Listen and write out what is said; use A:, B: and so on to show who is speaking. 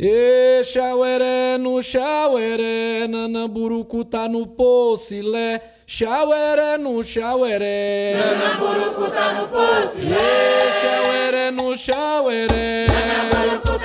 A: Ê, xaueré no xaueré, nanamburucu tá no pocilé. Xaueré no xaueré,
B: Namburucu tá no poço,
A: Ê, xaueré no xaueré.
B: Namburucu